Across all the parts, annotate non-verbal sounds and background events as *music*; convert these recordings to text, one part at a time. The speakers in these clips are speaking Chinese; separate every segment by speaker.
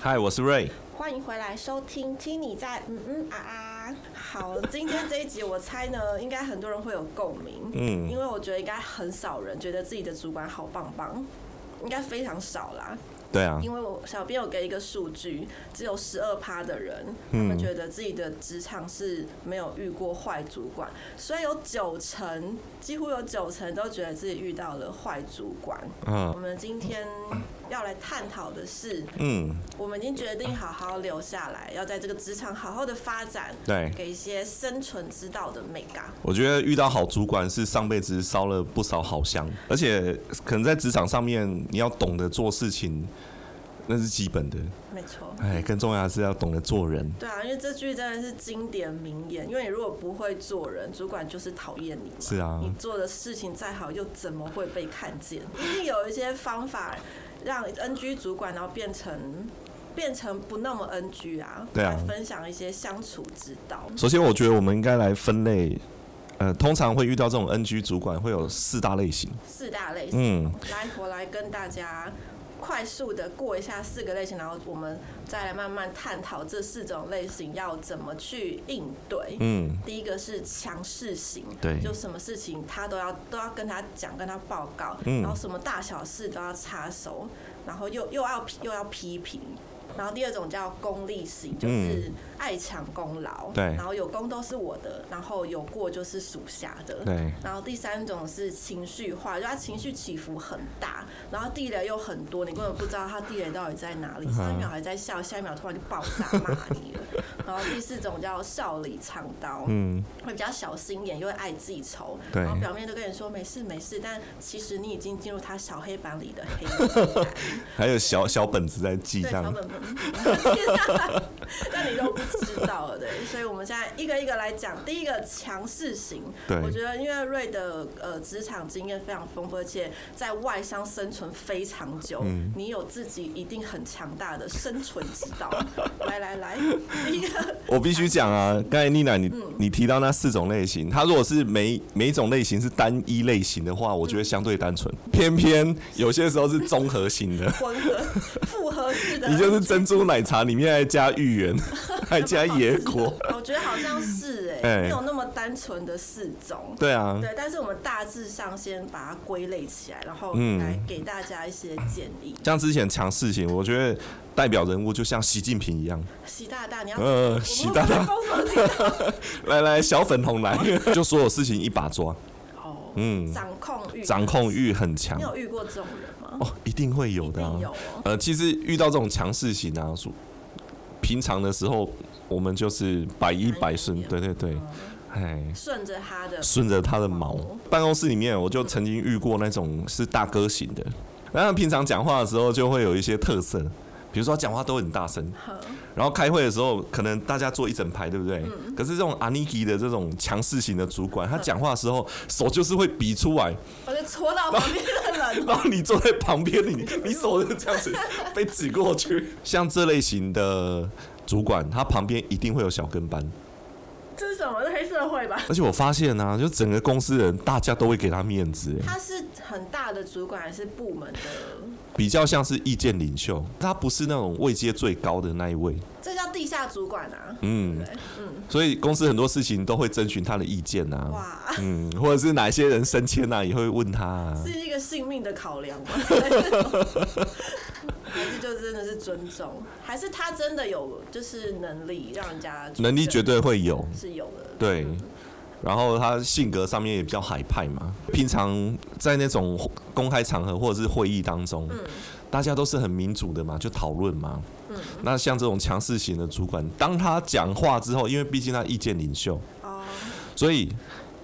Speaker 1: 嗨，我是 Ray。
Speaker 2: 欢迎回来收听《听你在嗯嗯啊啊》。好，今天这一集我猜呢，应该很多人会有共鸣，
Speaker 1: 嗯
Speaker 2: 因为我觉得应该很少人觉得自己的主管好棒棒，应该非常少啦。
Speaker 1: 对啊，
Speaker 2: 因为我小编有给一个数据，只有十二趴的人，他
Speaker 1: 嗯
Speaker 2: 们觉得自己的职场是没有遇过坏主管，所以有九成，几乎有九成都觉得自己遇到了坏主管。我
Speaker 1: 嗯
Speaker 2: 们今天要来探讨的是，
Speaker 1: 嗯，
Speaker 2: 我们已经决定好好留下来，要在这个职场好好的发展，
Speaker 1: 对
Speaker 2: 给一些生存之道的美感。
Speaker 1: 我觉得遇到好主管是上辈子烧了不少好香，而且可能在职场上面，你要懂得做事情，那是基本的。
Speaker 2: 没错。
Speaker 1: 哎，更重要的是要懂得做人。
Speaker 2: 对啊，因为这句真的是经典名言。因为你如果不会做人，主管就是讨厌你嘛。
Speaker 1: 是啊
Speaker 2: 你做的事情再好，又怎么会被看见？ *laughs* 一定有一些方法让 NG 主管，然后变成变成不那么 NG 啊。
Speaker 1: 对啊
Speaker 2: 来分享一些相处之道。
Speaker 1: 首先，我觉得我们应该来分类。呃，通常会遇到这种 NG 主管，会有四大类型。
Speaker 2: 四大类型，
Speaker 1: 嗯，
Speaker 2: 来我来跟大家快速的过一下四个类型，然后我们再来慢慢探讨这四种类型要怎么去应对。
Speaker 1: 嗯，
Speaker 2: 第一个是强势型，
Speaker 1: 对
Speaker 2: 就什么事情他都要都要跟他讲，跟他报告，
Speaker 1: 嗯
Speaker 2: 然后什么大小事都要插手，然后又又要批又要批评。然后第二种叫功利型，就是爱抢功劳，
Speaker 1: 嗯对
Speaker 2: 然后有功都是我的，然后有过就是属下的，
Speaker 1: 对，
Speaker 2: 然后第三种是情绪化，就他情绪起伏很大，然后地雷又很多，你根本不知道他地雷到底在哪
Speaker 1: 嗯
Speaker 2: 里。上一秒还在笑，下一秒突然就爆炸骂你
Speaker 1: *laughs*
Speaker 2: 了。然后第四种叫笑里藏刀，
Speaker 1: 嗯，
Speaker 2: 会比较小心一点，又会爱记仇，
Speaker 1: 对
Speaker 2: 然后表面都跟你说没事没事，但其实你已经进入他小黑板里的黑名
Speaker 1: *laughs*
Speaker 2: 单。
Speaker 1: 还有小小本子在记
Speaker 2: 对，
Speaker 1: 这
Speaker 2: 小
Speaker 1: 样。
Speaker 2: 本本，但你都不知道了，对，所以我们现在一个一个来讲。第一个强势型，
Speaker 1: 对
Speaker 2: 我觉得因为瑞的呃职场经验非常丰富，而且在外商生存非常久，你有自己一定很强大的生存之道。来来来，第一个，
Speaker 1: 我必须讲啊，刚才妮娜你、你提到那四种类型，它如果是每每一种类型是单一类型的话，我觉得相对单纯。偏偏有些时候是综合型的
Speaker 2: *laughs* 混合复合式的，
Speaker 1: 你就是珍珠奶茶里面还加
Speaker 2: *laughs*
Speaker 1: 芋圆，还加野果。
Speaker 2: 我觉得好像是哎、
Speaker 1: 哎
Speaker 2: 没有那么单纯的四种。
Speaker 1: 对啊，
Speaker 2: *laughs* 对，但是我们大致上先把它归类起来，然后
Speaker 1: 嗯
Speaker 2: 来给大家一些建议。
Speaker 1: 像之前强势型，我觉得代表人物就像习近平一样。
Speaker 2: 习大大，你要
Speaker 1: 呃，习大大，
Speaker 2: 大
Speaker 1: 来来，小粉红
Speaker 2: *laughs*
Speaker 1: 来，就所有事情一把抓， *laughs*
Speaker 2: 哦，
Speaker 1: 嗯
Speaker 2: 掌控欲，
Speaker 1: 掌控。欲很强
Speaker 2: 你。有遇过这种人吗？
Speaker 1: 哦，一定会有的、啊
Speaker 2: 一定有哦
Speaker 1: 呃，其实遇到这种强势型啊，属平常的时候，我们就是百依百顺，对对对，哎、
Speaker 2: 顺着他的，
Speaker 1: 顺着他的毛
Speaker 2: 哦。
Speaker 1: 办公室里面，我就曾经遇过那种是大哥型的，然后平常讲话的时候就会有一些特色，比如说他讲话都很大声，
Speaker 2: 呵
Speaker 1: 然后开会的时候可能大家坐一整排，对不对？可是这种阿尼基的这种强势型的主管，他讲话的时候手就是会比出来，
Speaker 2: 我就戳到旁边的人。
Speaker 1: *laughs* 然后你坐在旁边，你你手就这样子被指过去。像这类型的主管，他旁边一定会有小跟班，
Speaker 2: 这是什么？是黑社会吧？
Speaker 1: 而且我发现啊，就整个公司人大家都会给他面子，哎
Speaker 2: 他是很大的主管，还是部门的？
Speaker 1: 比较像是意见领袖，他不是那种位阶最高的那一位，
Speaker 2: 这叫地下主管啊！
Speaker 1: 嗯
Speaker 2: 对，嗯，
Speaker 1: 所以公司很多事情都会征询他的意见啊，
Speaker 2: 哇，
Speaker 1: 嗯，或者是哪些人升迁啊，也会问他、啊，
Speaker 2: 是一个性命的考量吗？ *laughs* 还是就真的是尊重？还是他真的有就是能力让人家
Speaker 1: 能力绝对会有，
Speaker 2: 是有的？
Speaker 1: 对，然后他性格上面也比较海派嘛，平常在那种公开场合或者是会议当中，大家都是很民主的嘛，就讨论嘛。那像这种强势型的主管，当他讲话之后，因为毕竟他意见领袖，
Speaker 2: 哦，
Speaker 1: 所以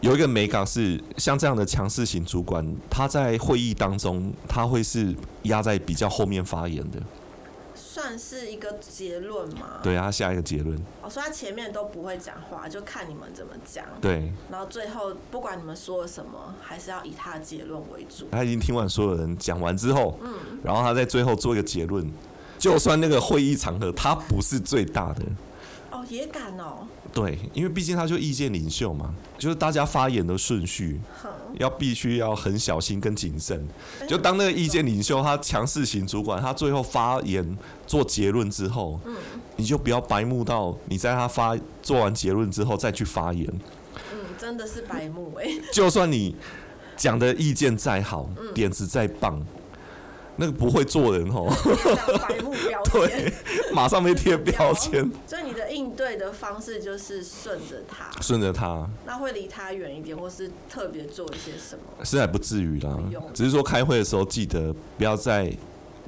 Speaker 1: 有一个美感是，像这样的强势型主管，他在会议当中，他会是压在比较后面发言的。
Speaker 2: 算是一个结论嘛。，
Speaker 1: 对啊，他下一个结论，
Speaker 2: 我说他前面都不会讲话，就看你们怎么讲。
Speaker 1: 对
Speaker 2: 然后最后不管你们说了什么，还是要以他的结论为主。
Speaker 1: 他已经听完所有人讲完之后，然后他在最后做一个结论。就算那个会议场合他不是最大的，
Speaker 2: 哦，哦，也敢哦，
Speaker 1: 对，因为毕竟他就意见领袖嘛，就是大家发言的顺序
Speaker 2: 哼，
Speaker 1: 要必须要很小心跟谨慎。
Speaker 2: 哎
Speaker 1: 就当那个意见领袖他强势型主管，他最后发言做结论之后，你就不要白目到你在他发做完结论之后再去发言，
Speaker 2: 嗯，真的是白目
Speaker 1: *laughs*
Speaker 2: 哎、
Speaker 1: 就算你讲的意见再好，点子再棒，那个不会做人哦，
Speaker 2: 贴上白目标签。
Speaker 1: 对，马上被贴标签，
Speaker 2: 所以你的应对的方式就是顺着他，
Speaker 1: *laughs* 顺着他。
Speaker 2: 那会离他远一点，或是特别做一些
Speaker 1: *laughs*
Speaker 2: 什么？
Speaker 1: 是还不至于啦
Speaker 2: 不用，
Speaker 1: 只是说开会的时候记得不要在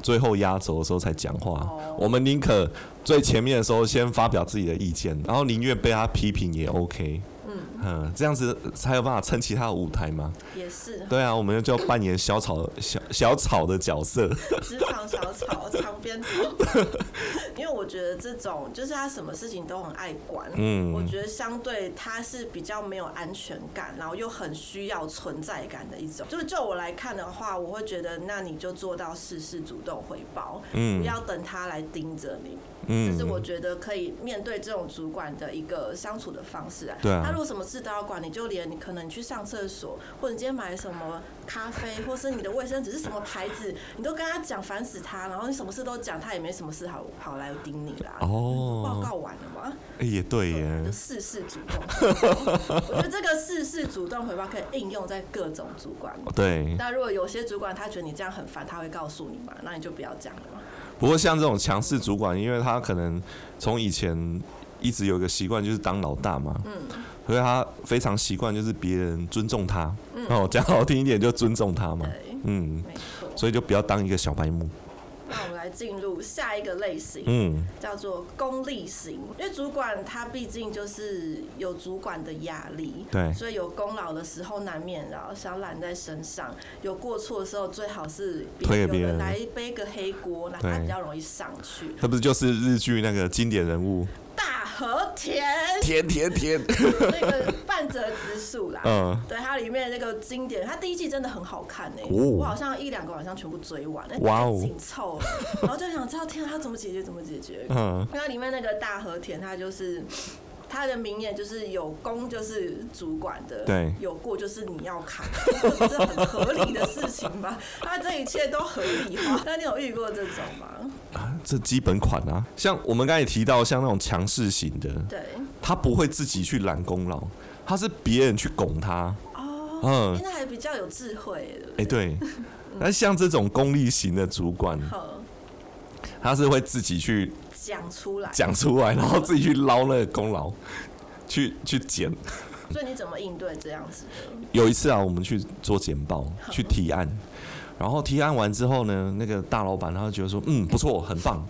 Speaker 1: 最后压轴的时候才讲话。
Speaker 2: 哦
Speaker 1: 我们宁可最前面的时候先发表自己的意见，然后宁愿被他批评也 OK。嗯这样子才有办法撑起他的舞台嘛。
Speaker 2: 也是
Speaker 1: 对啊，我们就要扮演小草小小草的角色。
Speaker 2: 职场小草，墙边草。因为我觉得这种就是他什么事情都很爱管，我
Speaker 1: 嗯，
Speaker 2: 觉得相对他是比较没有安全感，然后又很需要存在感的一种。就是就我来看的话，我会觉得那你就做到事事主动回报，
Speaker 1: 嗯
Speaker 2: 不要等他来盯着你。这是我
Speaker 1: 嗯，
Speaker 2: 觉得可以面对这种主管的一个相处的方式啊。
Speaker 1: 对啊
Speaker 2: 他如果什么事都要管，你就连你可能去上厕所，或者你今天买什么咖啡，或是你的卫生纸是什么牌子，你都跟他讲，烦死他。然后你什么事都讲，他也没什么事好好来盯你啦。报
Speaker 1: 哦，
Speaker 2: 告完了吗？
Speaker 1: 哎也对
Speaker 2: 就
Speaker 1: 耶，
Speaker 2: 事事主
Speaker 1: *laughs*
Speaker 2: 动。我觉得这个事事主动回报可以应用在各种主管。
Speaker 1: 哦对。
Speaker 2: 那如果有些主管他觉得你这样很烦，他会告诉你嘛，那你就不要这样了嘛。
Speaker 1: 不过像这种强势主管，因为他可能从以前一直有一个习惯，就是当老大嘛，所以他非常习惯就是别人尊重他，哦，讲好听一点就尊重他嘛，
Speaker 2: 嗯对，
Speaker 1: 嗯，
Speaker 2: 没错。
Speaker 1: 所以就不要当一个小白目，
Speaker 2: 那我们来进入下一个类型，
Speaker 1: 嗯，
Speaker 2: 叫做功利型。因为主管他毕竟就是有主管的压力，
Speaker 1: 对
Speaker 2: 所以有功劳的时候难免然后想揽在身上，有过错的时候最好是
Speaker 1: 推给别人
Speaker 2: 有来背个黑锅，那他
Speaker 1: 对
Speaker 2: 比较容易上去。
Speaker 1: 这不就是日剧那个经典人物
Speaker 2: 大和
Speaker 1: *laughs*
Speaker 2: 田
Speaker 1: 甜甜 *laughs* 甜，
Speaker 2: 那个半泽直树啦。
Speaker 1: 嗯，
Speaker 2: *laughs* 对它里面那个经典，它第一季真的很好看哎、
Speaker 1: 哦
Speaker 2: 我好像一两个晚上全部追完，哎、
Speaker 1: 哇哦
Speaker 2: 紧凑了，然后就想知道天啊，它怎么解决，怎么解决，
Speaker 1: 嗯，
Speaker 2: 那里面那个大和田，他就是他的名言就是有功就是主管的，
Speaker 1: 对
Speaker 2: 有过就是你要扛，这很合理的事情吧？他这一切都合理化。 *laughs* 那你有遇过这种吗？
Speaker 1: 这基本款啊。像我们刚才也提到，像那种强势型的，
Speaker 2: 对，
Speaker 1: 他不会自己去揽功劳，他是别人去拱他，
Speaker 2: 哦，
Speaker 1: 嗯
Speaker 2: 诶，那还比较有智慧欸的。
Speaker 1: 哎、对。那像这种功利型的主管，
Speaker 2: 好，
Speaker 1: 他是会自己去
Speaker 2: 讲出来。
Speaker 1: 讲出来，然后自己去捞那个功劳，去去捡。
Speaker 2: 所以你怎么应对这样子的？
Speaker 1: 有一次啊，我们去做简报，去提案，然后提案完之后呢，那个大老板他就觉得说，嗯，不错，很棒，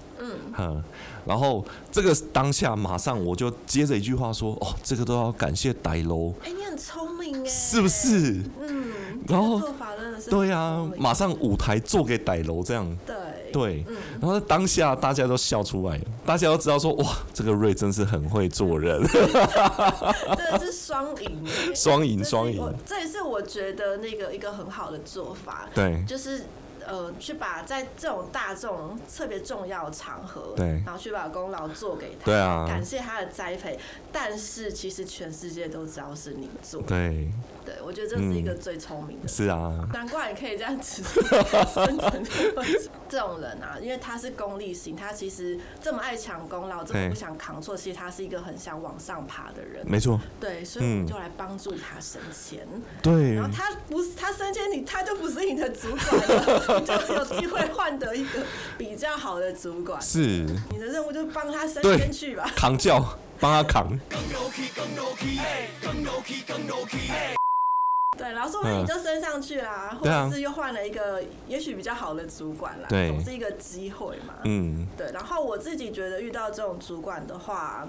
Speaker 1: 嗯，然后这个当下马上我就接着一句话说，哦，这个都要感谢歹楼，
Speaker 2: 哎、你很聪明哎、
Speaker 1: 是不？是？
Speaker 2: 嗯，
Speaker 1: 然
Speaker 2: 这个
Speaker 1: 后
Speaker 2: 做法真的是
Speaker 1: 对
Speaker 2: 很
Speaker 1: 啊
Speaker 2: 聪，明
Speaker 1: 马上舞台做给歹楼这样。
Speaker 2: 对
Speaker 1: 对，然后在当下大家都笑出来了，大家都知道说哇，这个瑞真是很会做人，
Speaker 2: 真的是双赢耶，
Speaker 1: 啊 *laughs* 双赢
Speaker 2: 这是
Speaker 1: 双赢
Speaker 2: 我这也是我觉得那个一个很好的做法，
Speaker 1: 对，
Speaker 2: 就是呃，去把在这种大众特别重要的场合，
Speaker 1: 对
Speaker 2: 然后去把功劳做给他，
Speaker 1: 对啊
Speaker 2: 感谢他的栽培。但是其实全世界都知道是你做，
Speaker 1: 对，
Speaker 2: 对我觉得这是一
Speaker 1: 嗯
Speaker 2: 个最聪明的。
Speaker 1: 是啊，
Speaker 2: 难怪你可以这样子 *laughs* 生存这种人啊，因为他是功利型，他其实这么爱抢功劳，这么
Speaker 1: 对
Speaker 2: 不想扛错，其实他是一个很想往上爬的人。
Speaker 1: 没错，
Speaker 2: 对，所以我们
Speaker 1: 嗯
Speaker 2: 就来帮助他升迁。
Speaker 1: 对
Speaker 2: 然后他不是他升迁你，他就不是你的主管了，你就有机会换得一个比较好的主
Speaker 1: *laughs*
Speaker 2: 管。
Speaker 1: 是
Speaker 2: 你的任务就是帮他升
Speaker 1: 对
Speaker 2: 迁去吧。
Speaker 1: 扛轿，帮他扛。
Speaker 2: 对，然后说不定你就升上去啦，或
Speaker 1: 对啊
Speaker 2: 者是又换了一个也许比较好的主管啦，
Speaker 1: 对
Speaker 2: 总是一个机会嘛。
Speaker 1: 嗯，
Speaker 2: 对，然后我自己觉得遇到这种主管的话。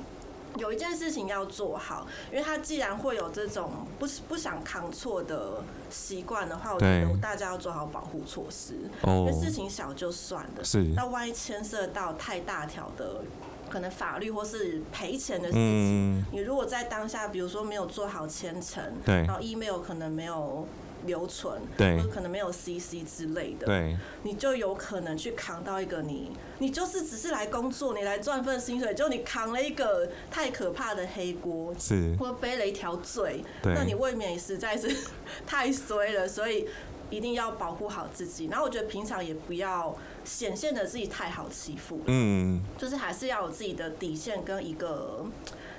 Speaker 2: 有一件事情要做好，因为他既然会有这种不不想扛错的习惯的话，我觉
Speaker 1: 对
Speaker 2: 得大家要做好保护措施。因
Speaker 1: 哦
Speaker 2: 为，事情小就算了，
Speaker 1: 是
Speaker 2: 那万一牵涉到太大条的可能法律或是赔钱的事情。
Speaker 1: 嗯，
Speaker 2: 你如果在当下，比如说没有做好签程，
Speaker 1: 对
Speaker 2: 然后 email 可能没有留存，
Speaker 1: 对
Speaker 2: 或者可能没有 CC 之类的，
Speaker 1: 对
Speaker 2: 你就有可能去扛到一个你，你就是只是来工作，你来赚份薪水，就你扛了一个太可怕的黑锅，
Speaker 1: 是，
Speaker 2: 或背了一条罪，
Speaker 1: 嗯对
Speaker 2: 那你未免实在是太衰了，所以一定要保护好自己。然后我觉得平常也不要显现的自己太好欺负，
Speaker 1: 嗯，
Speaker 2: 就是还是要有自己的底线跟一个。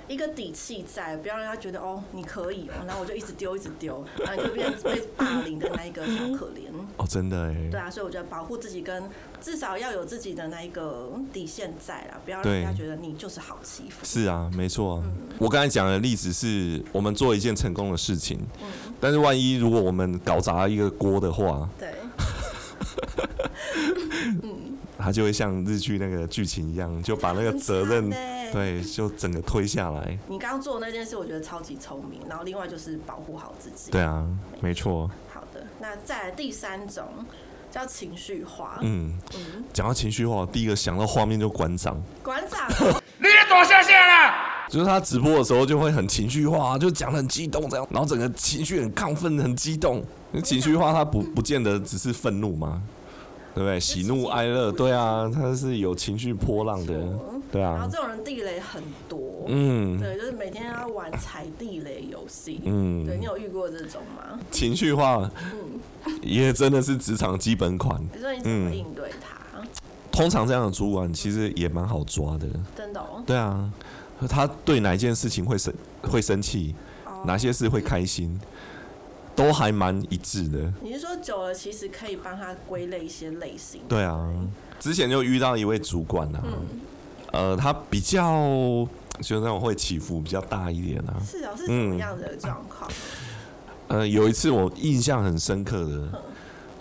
Speaker 2: 一个底气在，不要让他觉得哦，你可以哦，然后我就一直丢，一直丢，然后你就变成被霸凌的那一个小可怜。
Speaker 1: 哦，真的哎
Speaker 2: 对，啊，所以我觉得保护自己跟至少要有自己的那一个嗯底线在啦，不要让
Speaker 1: 对
Speaker 2: 人家觉得你就是好欺负。
Speaker 1: 是啊，没错啊。
Speaker 2: 嗯
Speaker 1: 我刚才讲的例子是我们做一件成功的事情，
Speaker 2: 嗯
Speaker 1: 但是万一如果我们搞砸一个锅的话，
Speaker 2: 对，
Speaker 1: 它就会像日剧那个剧情一样，就把那个责任
Speaker 2: 很惨欸
Speaker 1: 对，就整个推下来。
Speaker 2: 你刚刚做的那件事，我觉得超级聪明。然后另外就是保护好自己。
Speaker 1: 对，啊，没错。
Speaker 2: 好的。那再来第三种叫情绪化。
Speaker 1: 嗯，
Speaker 2: 嗯，
Speaker 1: 讲到情绪化，第一个想到画面就馆长，
Speaker 2: 馆长，
Speaker 3: 你也躲下线啊了。
Speaker 1: 就是他直播的时候就会很情绪化，就讲得很激动这样，然后整个情绪很亢奋、很激动。那情绪化，他不不见得只是愤怒嘛，对不对？喜怒哀乐，对啊，他是有情绪波浪的，对
Speaker 2: 嗯然后
Speaker 1: 啊，
Speaker 2: 这种人地雷很多。
Speaker 1: 嗯
Speaker 2: 对，就是每天要玩踩地雷游戏。对
Speaker 1: 嗯
Speaker 2: 你，有遇过这种吗？
Speaker 1: 情绪化也真的是职场基本款。
Speaker 2: 你说你怎么
Speaker 1: 嗯
Speaker 2: 应对他？
Speaker 1: 通常这样的主管其实也蛮好抓的，
Speaker 2: 真的哦，
Speaker 1: 对啊，他对哪一件事情会生会生气，
Speaker 2: 哦
Speaker 1: 哪些事会开心，都还蛮一致的。
Speaker 2: 你是说久了，其实可以帮他归类一些类型？
Speaker 1: 对啊，之前就遇到一位主管啊，
Speaker 2: 嗯，
Speaker 1: 呃，他比较就那种会起伏比较大一点啊。
Speaker 2: 是哦，是什么样的状况？
Speaker 1: 呃，有一次我印象很深刻的，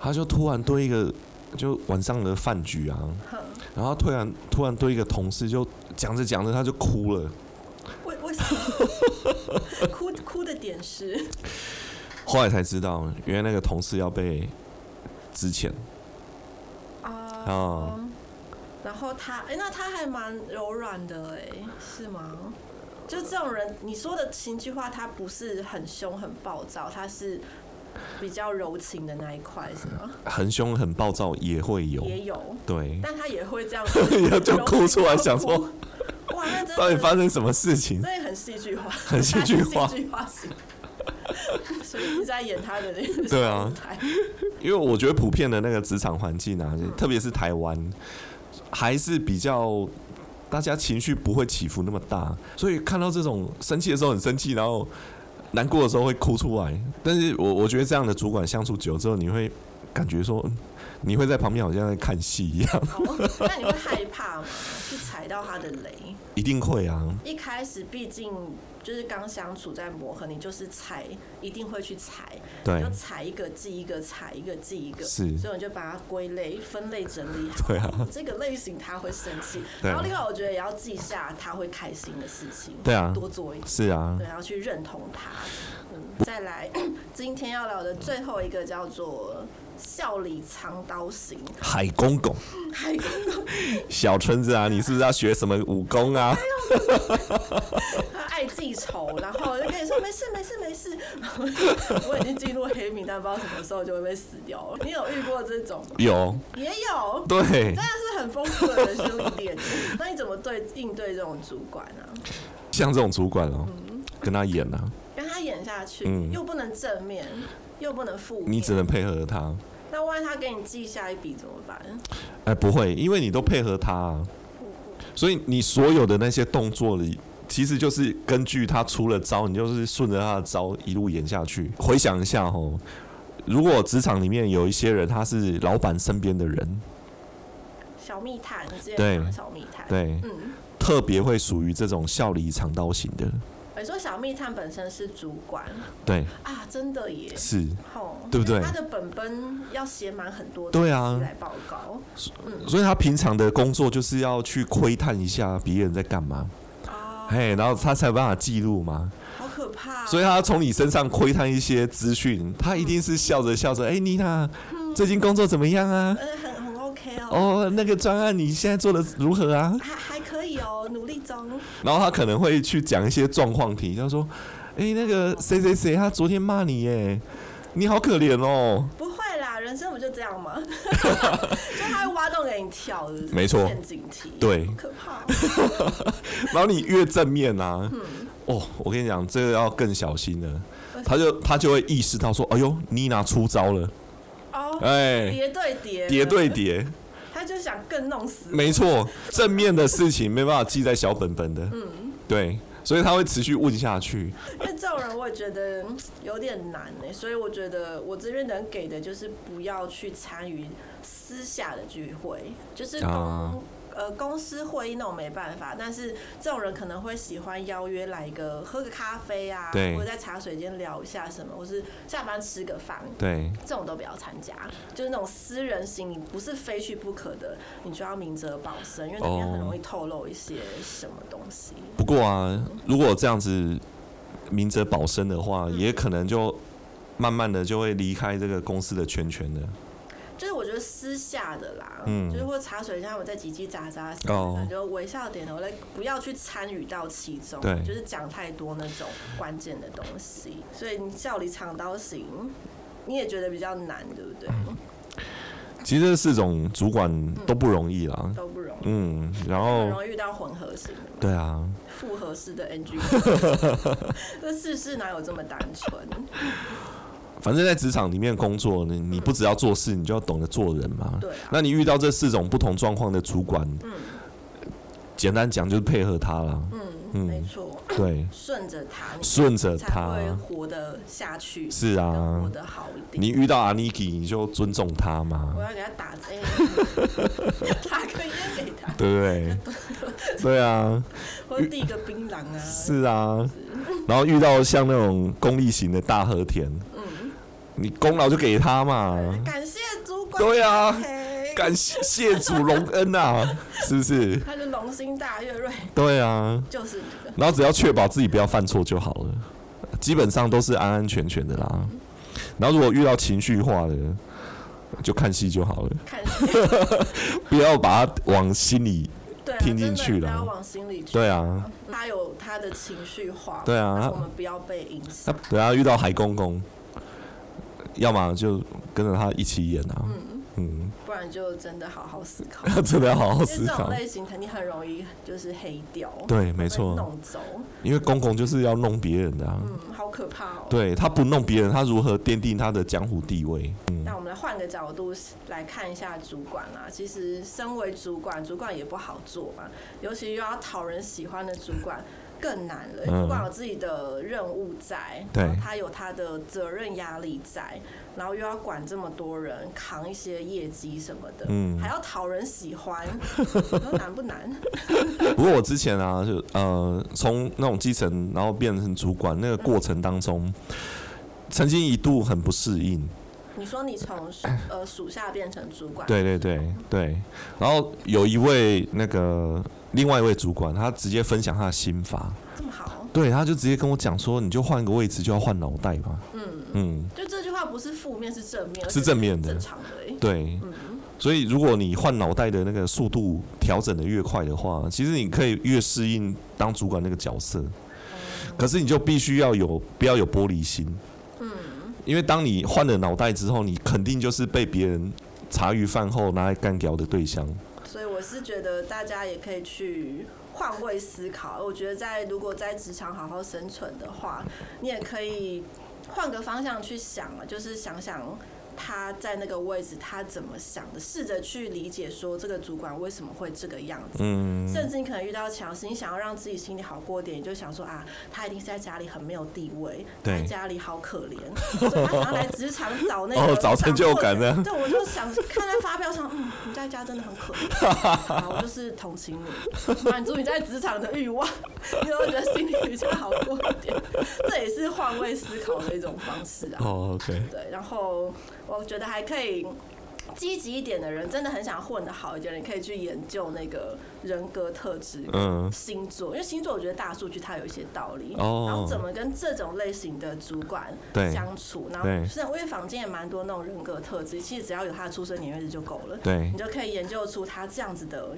Speaker 1: 他就突然对一个就晚上的饭局啊，
Speaker 2: 哼，
Speaker 1: 然后突然突然对一个同事就讲着讲着他就哭了。
Speaker 2: 为为什么
Speaker 1: *laughs*
Speaker 2: 哭哭的点是？
Speaker 1: 后来才知道，原来那个同事要被之前
Speaker 2: 啊、
Speaker 1: 哦
Speaker 2: 然后他，哎、那他还蛮柔软的、哎，是吗？就这种人，你说的情绪化，他不是很凶、很暴躁，他是比较柔情的那一块，是吗？
Speaker 1: 很凶很暴躁也会有，
Speaker 2: 也有，
Speaker 1: 对，，
Speaker 2: 但他也会这样
Speaker 1: *laughs* 就哭出来
Speaker 2: 柔情到
Speaker 1: 想说
Speaker 2: 哭，哇，那真的
Speaker 1: *laughs* 到底发生什么事情？
Speaker 2: 所以很戏剧化，
Speaker 1: 很戏剧
Speaker 2: *laughs*
Speaker 1: 化
Speaker 2: 戏剧化型。所以是在演他的那个
Speaker 1: 对啊
Speaker 2: 状态
Speaker 1: 因为我觉得普遍的那个职场环境啊，特别是台湾，还是比较大家情绪不会起伏那么大，所以看到这种生气的时候很生气，然后难过的时候会哭出来。但是我我觉得这样的主管相处久之后，你会感觉说，嗯你会在旁边好像在看戏一样，
Speaker 2: 哦 *laughs* 那你会害怕吗？去踩到他的雷？
Speaker 1: *laughs* 一定会啊，
Speaker 2: 一开始毕竟就是刚相处在磨合，你就是踩，一定会去踩，你
Speaker 1: *laughs* 对
Speaker 2: 就。踩一个记一个，踩一个记一个，
Speaker 1: 是
Speaker 2: 所以我就把它归类、分类、整理好。
Speaker 1: 对啊，
Speaker 2: 这个类型他会生气，
Speaker 1: 对啊
Speaker 2: 然后另外我觉得也要记下他会开心的事情，
Speaker 1: 对啊
Speaker 2: 多做一点。
Speaker 1: 是啊，
Speaker 2: 对，要去认同它。嗯，再来，今天要聊的最后一个叫做“笑里藏刀型
Speaker 1: 海公公，”，
Speaker 2: 还有
Speaker 1: 小春子啊，你是不是要学什么武功啊？
Speaker 2: 他爱记仇，然后我就跟你说没事没事没事， *laughs* 我已经进入黑名单，不知道什么时候就会被死掉了。你有遇过这种吗？
Speaker 1: 有，
Speaker 2: 也有。
Speaker 1: 对
Speaker 2: 真，的是很丰富的人生历练， *laughs* 那你怎么对应对这种主管啊呢、
Speaker 1: 像这种主管哦，跟他演啊，
Speaker 2: 跟他演下去，
Speaker 1: 嗯
Speaker 2: 又不能正面，又不能负面，
Speaker 1: 你只能配合他。
Speaker 2: 那万一他给你记下一笔怎么办？
Speaker 1: 哎，不会，因为你都配合他、啊，所以你所有的那些动作里，其实就是根据他出了招，你就是顺着他的招一路演下去。回想一下哦，如果职场里面有一些人他是老板身边的人，
Speaker 2: 小密探，之前
Speaker 1: 对
Speaker 2: 讲的小密探，
Speaker 1: 对，
Speaker 2: 嗯，
Speaker 1: 特别会属于这种笑里藏刀型的，
Speaker 2: 你说小密探本身是主管
Speaker 1: 对，
Speaker 2: 啊，真的耶，
Speaker 1: 是，
Speaker 2: 吼，
Speaker 1: 对不对
Speaker 2: 他的本本要写满很多
Speaker 1: 对啊
Speaker 2: 东西来报告
Speaker 1: 所以他平常的工作就是要去窥探一下别人在干嘛，
Speaker 2: 啊，
Speaker 1: 嘿，然后他才有办法记录嘛。
Speaker 2: 好可怕哦。
Speaker 1: 所以他从你身上窥探一些资讯，他一定是笑着笑着，哎、妮娜，最近工作怎么样啊？
Speaker 2: 呃，很很 OK 哦，
Speaker 1: 哦，那个专案你现在做的如何啊？
Speaker 2: 还还可以力哦，努力中。
Speaker 1: 然后他可能会去讲一些状况题，他说：“哎，那个谁谁谁，他昨天骂你耶，你好可怜哦。
Speaker 2: 不会啦，人生不就这样
Speaker 1: *laughs*
Speaker 2: 吗？就他会挖洞给你跳，是不是
Speaker 1: 没错
Speaker 2: 陷阱题，
Speaker 1: 对
Speaker 2: 好可怕哦、”
Speaker 1: 然后你越正面啊，哦，我跟你讲，这个要更小心了。他就他就会意识到说：“哎呦，妮娜出招了，
Speaker 2: 哦，
Speaker 1: *laughs* 哎，
Speaker 2: 叠对叠，
Speaker 1: 叠对，叠，
Speaker 2: 他就想更弄死我。
Speaker 1: 没错，正面的事情没办法记在小本本的，
Speaker 2: 嗯
Speaker 1: 对，所以他会持续问下去。
Speaker 2: *laughs* 因为这种人我也觉得嗯有点难呢、所以我觉得我这边能给的就是不要去参与私下的聚会，就是公、
Speaker 1: 啊
Speaker 2: 呃公司会议那种没办法，但是这种人可能会喜欢邀约来一个喝个咖啡啊，
Speaker 1: 对
Speaker 2: 或者在茶水间聊一下什么，或是下班吃个饭。
Speaker 1: 对，
Speaker 2: 这种都不要参加，就是那种私人行，你不是非去不可的，你就要明哲保身，因为那边很容
Speaker 1: 哦
Speaker 2: 易透露一些什么东西。
Speaker 1: 不过啊，如果这样子明哲保身的话，
Speaker 2: 嗯
Speaker 1: 也可能就慢慢的就会离开这个公司的圈圈的。
Speaker 2: 就是我觉得私下的啦，
Speaker 1: 嗯
Speaker 2: 就是或茶水间他们在叽叽喳喳时，
Speaker 1: 哦
Speaker 2: 可能就微笑点头，但不要去参与到其中，
Speaker 1: 对
Speaker 2: 就是讲太多那种关键的东西。所以你笑里藏刀行，你也觉得比较难，对不对？
Speaker 1: 嗯其实这四种主管都不容易啦，
Speaker 2: 都不容易，
Speaker 1: 嗯，然
Speaker 2: 很
Speaker 1: 后
Speaker 2: 容易遇到混合型的嘛、
Speaker 1: 对啊，
Speaker 2: 复合式的
Speaker 1: *laughs*
Speaker 2: NG，这世事哪有这么单纯？
Speaker 1: 反正在职场里面工作，你你不只要做事，你就要懂得做人嘛。
Speaker 2: 嗯对啊
Speaker 1: 那你遇到这四种不同状况的主管，简单讲就是配合他啦，
Speaker 2: 嗯，没错，
Speaker 1: 对，
Speaker 2: 顺着他，你
Speaker 1: 顺着
Speaker 2: 才
Speaker 1: 他
Speaker 2: 会。活得下去，
Speaker 1: 是
Speaker 2: 跟活
Speaker 1: 啊，
Speaker 2: 得好一
Speaker 1: 你
Speaker 2: 点。
Speaker 1: 遇到阿尼基，你就尊重他嘛
Speaker 2: 我，要给他打
Speaker 1: *laughs*
Speaker 2: 针，打个烟给他，
Speaker 1: 对不对？
Speaker 2: *laughs*
Speaker 1: 对啊，
Speaker 2: 或者递个槟榔啊。
Speaker 1: 是啊。然后遇到像那种功利型的大和田，
Speaker 2: 嗯
Speaker 1: 你功劳就给他嘛，
Speaker 2: 感谢主管，
Speaker 1: 对啊
Speaker 2: 嘿
Speaker 1: 感谢谢主隆恩啊，是不是？
Speaker 2: 他就龙心大悦瑞，
Speaker 1: 对啊。
Speaker 2: 就是你的。
Speaker 1: 然后只要确保自己不要犯错就好了，基本上都是安安全全的啦。然后如果遇到情绪化的，就看戏就好了，
Speaker 2: 看，
Speaker 1: *laughs* 不要把它往心里。
Speaker 2: 对啊，
Speaker 1: 听进去
Speaker 2: 真的
Speaker 1: 了
Speaker 2: 不要往心里去。
Speaker 1: 对啊，
Speaker 2: 他有他的情绪化，
Speaker 1: 对啊
Speaker 2: 但是我们不要被影响
Speaker 1: 那。等下遇到海公公，要么就跟着他一起演啊，嗯，
Speaker 2: 不然就真的好好思考。
Speaker 1: 真的要 *laughs* 好好
Speaker 2: 因为
Speaker 1: 思
Speaker 2: 这种
Speaker 1: 考。
Speaker 2: 类型肯定很容易就是黑掉，
Speaker 1: 对，没
Speaker 2: 被
Speaker 1: 错，
Speaker 2: 弄走，
Speaker 1: 因为公公就是要弄别人的、啊，
Speaker 2: 嗯，好可怕哦。
Speaker 1: 对他不弄别人，他如何奠定他的江湖地位？嗯，
Speaker 2: 那我们来换个角度来看一下主管啦。其实身为主管，主管也不好做嘛，尤其又要讨人喜欢的主管更难了。因为
Speaker 1: 嗯
Speaker 2: 主管有自己的任务在，
Speaker 1: 对
Speaker 2: 然后他有他的责任压力在，然后又要管这么多人，扛一些业绩什么的，
Speaker 1: 嗯
Speaker 2: 还要讨人喜欢，你说难不难？ *laughs*
Speaker 1: 不过我之前啊，就呃，从那种基层然后变成主管那个过程当中，曾经一度很不适应。
Speaker 2: 你说你从属呃属下变成主管，
Speaker 1: 对对对对，然后有一位那个另外一位主管，他直接分享他的心法，
Speaker 2: 这么好，
Speaker 1: 对，他就直接跟我讲说，你就换个位置就要换脑袋嘛。嗯嗯，
Speaker 2: 就这句话不是负面，是正面，
Speaker 1: 是正面的
Speaker 2: 而且是正常的、欸。
Speaker 1: 对。所以如果你换脑袋的那个速度调整的越快的话，其实你可以越适应当主管那个角色。可是你就必须要有不要有玻璃心。
Speaker 2: 嗯
Speaker 1: 因为当你换了脑袋之后，你肯定就是被别人茶余饭后拿来干掉的对象。
Speaker 2: 所以我是觉得大家也可以去换位思考。我觉得在如果在职场好好生存的话，你也可以换个方向去想啊，就是想想。他在那个位置，他怎么想的？试着去理解说这个主管为什么会这个样子，
Speaker 1: 嗯，
Speaker 2: 甚至你可能遇到强势，你想要让自己心里好过一点，你就想说啊，他一定是在家里很没有地位，
Speaker 1: 对
Speaker 2: 在家里好可怜，所以他想要来职场找那
Speaker 1: *laughs*
Speaker 2: 个
Speaker 1: 哦找成就感呢
Speaker 2: 的。对，我就想看他发飙，想嗯，你在家真的很可怜，好，我就是同情你，满足你在职场的欲望， *laughs* 你会觉得心里比较好过一点。这也是换位思考的一种方式啊。
Speaker 1: 哦，OK，
Speaker 2: 对，然后我觉得还可以。积极一点的人，真的很想混得好一点，你可以去研究那个人格特质、
Speaker 1: 嗯
Speaker 2: 星座，因为星座我觉得大数据它有一些道理。
Speaker 1: 哦
Speaker 2: 然后怎么跟这种类型的主管
Speaker 1: 对
Speaker 2: 相处，然后
Speaker 1: 对
Speaker 2: 是因为坊间也蛮多那种人格特质，其实只要有他的出生年月日就够了，
Speaker 1: 对
Speaker 2: 你就可以研究出他这样子的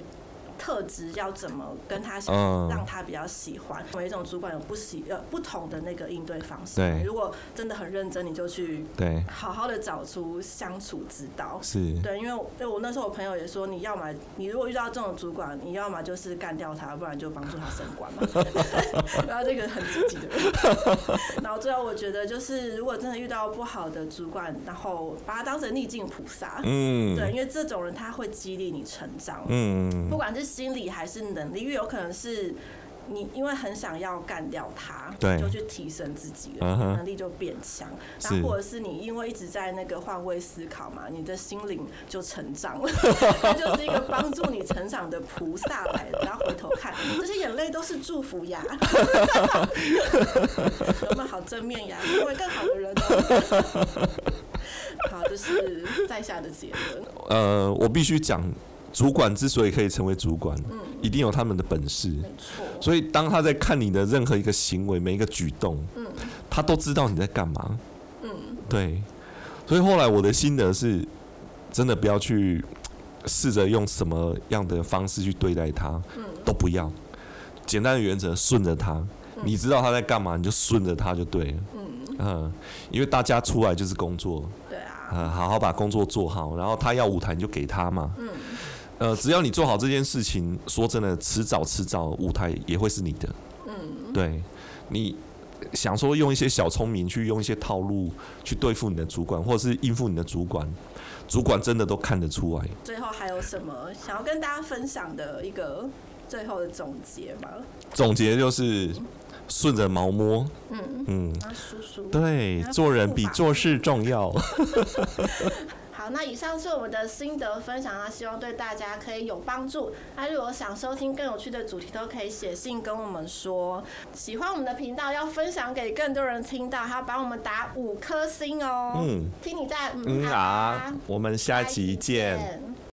Speaker 2: 特质要怎么跟他相
Speaker 1: 嗯
Speaker 2: 让他比较喜欢。每一种主管有不喜呃不同的那个应对方式。
Speaker 1: 对
Speaker 2: 如果真的很认真，你就去
Speaker 1: *laughs* 对，
Speaker 2: 好好的找出相处之道。
Speaker 1: 是，
Speaker 2: 对，因为我因为我那时候我朋友也说，你要么你如果遇到这种主管，你要么就是干掉他，不然就帮助他升官
Speaker 1: *laughs*
Speaker 2: 嘛。然后这个很积极的人。
Speaker 1: *laughs*
Speaker 2: 然后最后我觉得就是，如果真的遇到不好的主管，然后把他当成逆境菩萨，
Speaker 1: 嗯，
Speaker 2: 对，因为这种人他会激励你成长，
Speaker 1: 嗯
Speaker 2: 不，管是心理还是能力，因为有可能是。你因为很想要干掉他，
Speaker 1: 对
Speaker 2: 就去提升自己了
Speaker 1: 嗯哼
Speaker 2: 能力就变强。
Speaker 1: 是
Speaker 2: 然后或者是你因为一直在那个换位思考嘛，你的心灵就成长
Speaker 1: *laughs*
Speaker 2: 了，他就是一个帮助你成长的菩萨来的。然后回头看，这些眼泪都是祝福
Speaker 1: *laughs*
Speaker 2: 呀，有没有好正面呀？成为更好的人哦。 *laughs* 好，这是在下的结论。
Speaker 1: 呃，我必须讲，主管之所以可以成为主管，一定有他们的本事。
Speaker 2: 嗯没错，
Speaker 1: 所以，当他在看你的任何一个行为、每一个举动，他都知道你在干嘛。对。所以后来我的心得是，真的不要去试着用什么样的方式去对待他，都不要。简单的原则，顺着他。你知道他在干嘛，你就顺着他就对了。嗯因为大家出来就是工作，
Speaker 2: 对啊，
Speaker 1: 呃，好好把工作做好，然后他要舞台你就给他嘛。呃，只要你做好这件事情，说真的，迟早迟早舞台也会是你的。嗯，对，你想说用一些小聪明去用一些套路去对付你的主管，或者是应付你的主管，主管真的都看得出来。
Speaker 2: 最后还有什么想要跟大家分享的一个最后的总结吗？
Speaker 1: 总结就是顺着毛摸，
Speaker 2: 嗯，
Speaker 1: 嗯，
Speaker 2: 那叔叔，
Speaker 1: 对，做人比做事重要。
Speaker 2: 好，那以上是我们的心得分享啊那希望对大家可以有帮助。那如果想收听更有趣的主题，都可以写信跟我们说。喜欢我们的频道，要分享给更多人听到，还要帮我们打五颗星哦。
Speaker 1: 嗯，
Speaker 2: *laughs* 听你在嗯
Speaker 1: 嗯
Speaker 2: 啊
Speaker 1: 啊，我们下期见。
Speaker 2: 见